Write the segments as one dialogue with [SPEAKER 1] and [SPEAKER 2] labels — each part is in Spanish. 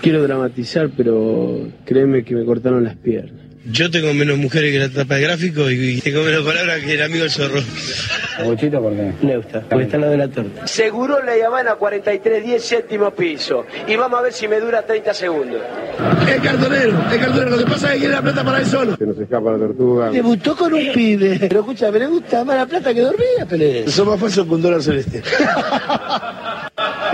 [SPEAKER 1] quiero dramatizar, pero créeme que me cortaron las piernas.
[SPEAKER 2] Yo tengo menos mujeres que la tapa de gráfico y tengo menos palabras que el amigo el zorro.
[SPEAKER 3] ¿Aguchito por qué?
[SPEAKER 1] Neusta, porque está al lado de la torta.
[SPEAKER 4] Seguro le llaman a 4310 séptimo piso. Y vamos a ver si me dura 30 segundos.
[SPEAKER 5] Es cartonero, es cartonero. Lo que pasa es que quiere la plata para el sol.
[SPEAKER 3] Se nos escapa la tortuga.
[SPEAKER 6] Debutó con un pibe. Pero escúchame, le gusta más la plata que dormía, Pelé.
[SPEAKER 5] Son más falsos con dólar celeste.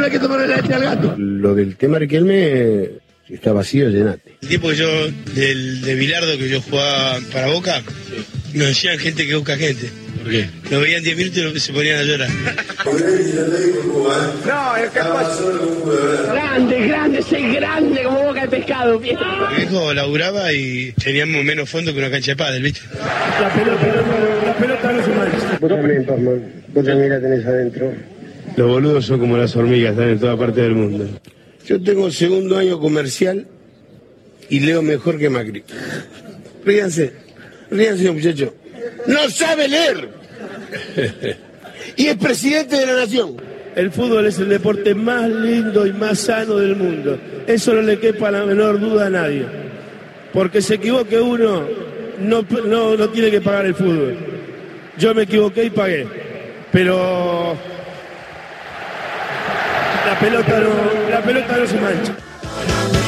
[SPEAKER 5] No hay que tomar el leche al gato.
[SPEAKER 3] Lo del tema Riquelme, si está vacío, llenate.
[SPEAKER 2] El tiempo que yo, del, de Bilardo, que yo jugaba para Boca, nos decían gente que busca gente. ¿Por qué? Lo veían 10 minutos y lo- se ponían a llorar.
[SPEAKER 4] No, el que
[SPEAKER 5] Grande, grande, soy grande como boca de pescado.
[SPEAKER 2] Mi viejo laburaba y teníamos menos fondo que una cancha de pádel, ¿viste?
[SPEAKER 5] La pelota, la pelota no se mancha.
[SPEAKER 3] Vos también, Pazman. Vos también la tenés adentro.
[SPEAKER 1] Los boludos son como las hormigas, están en toda parte del mundo.
[SPEAKER 3] Yo tengo segundo año comercial y leo mejor que Macri. Ríanse, ríanse, muchachos. ¡No sabe leer! y es presidente de la nación.
[SPEAKER 5] El fútbol es el deporte más lindo y más sano del mundo. Eso no le quepa la menor duda a nadie. Porque se equivoque uno, no, no, no tiene que pagar el fútbol. Yo me equivoqué y pagué. Pero la pelota no, la pelota no se mancha.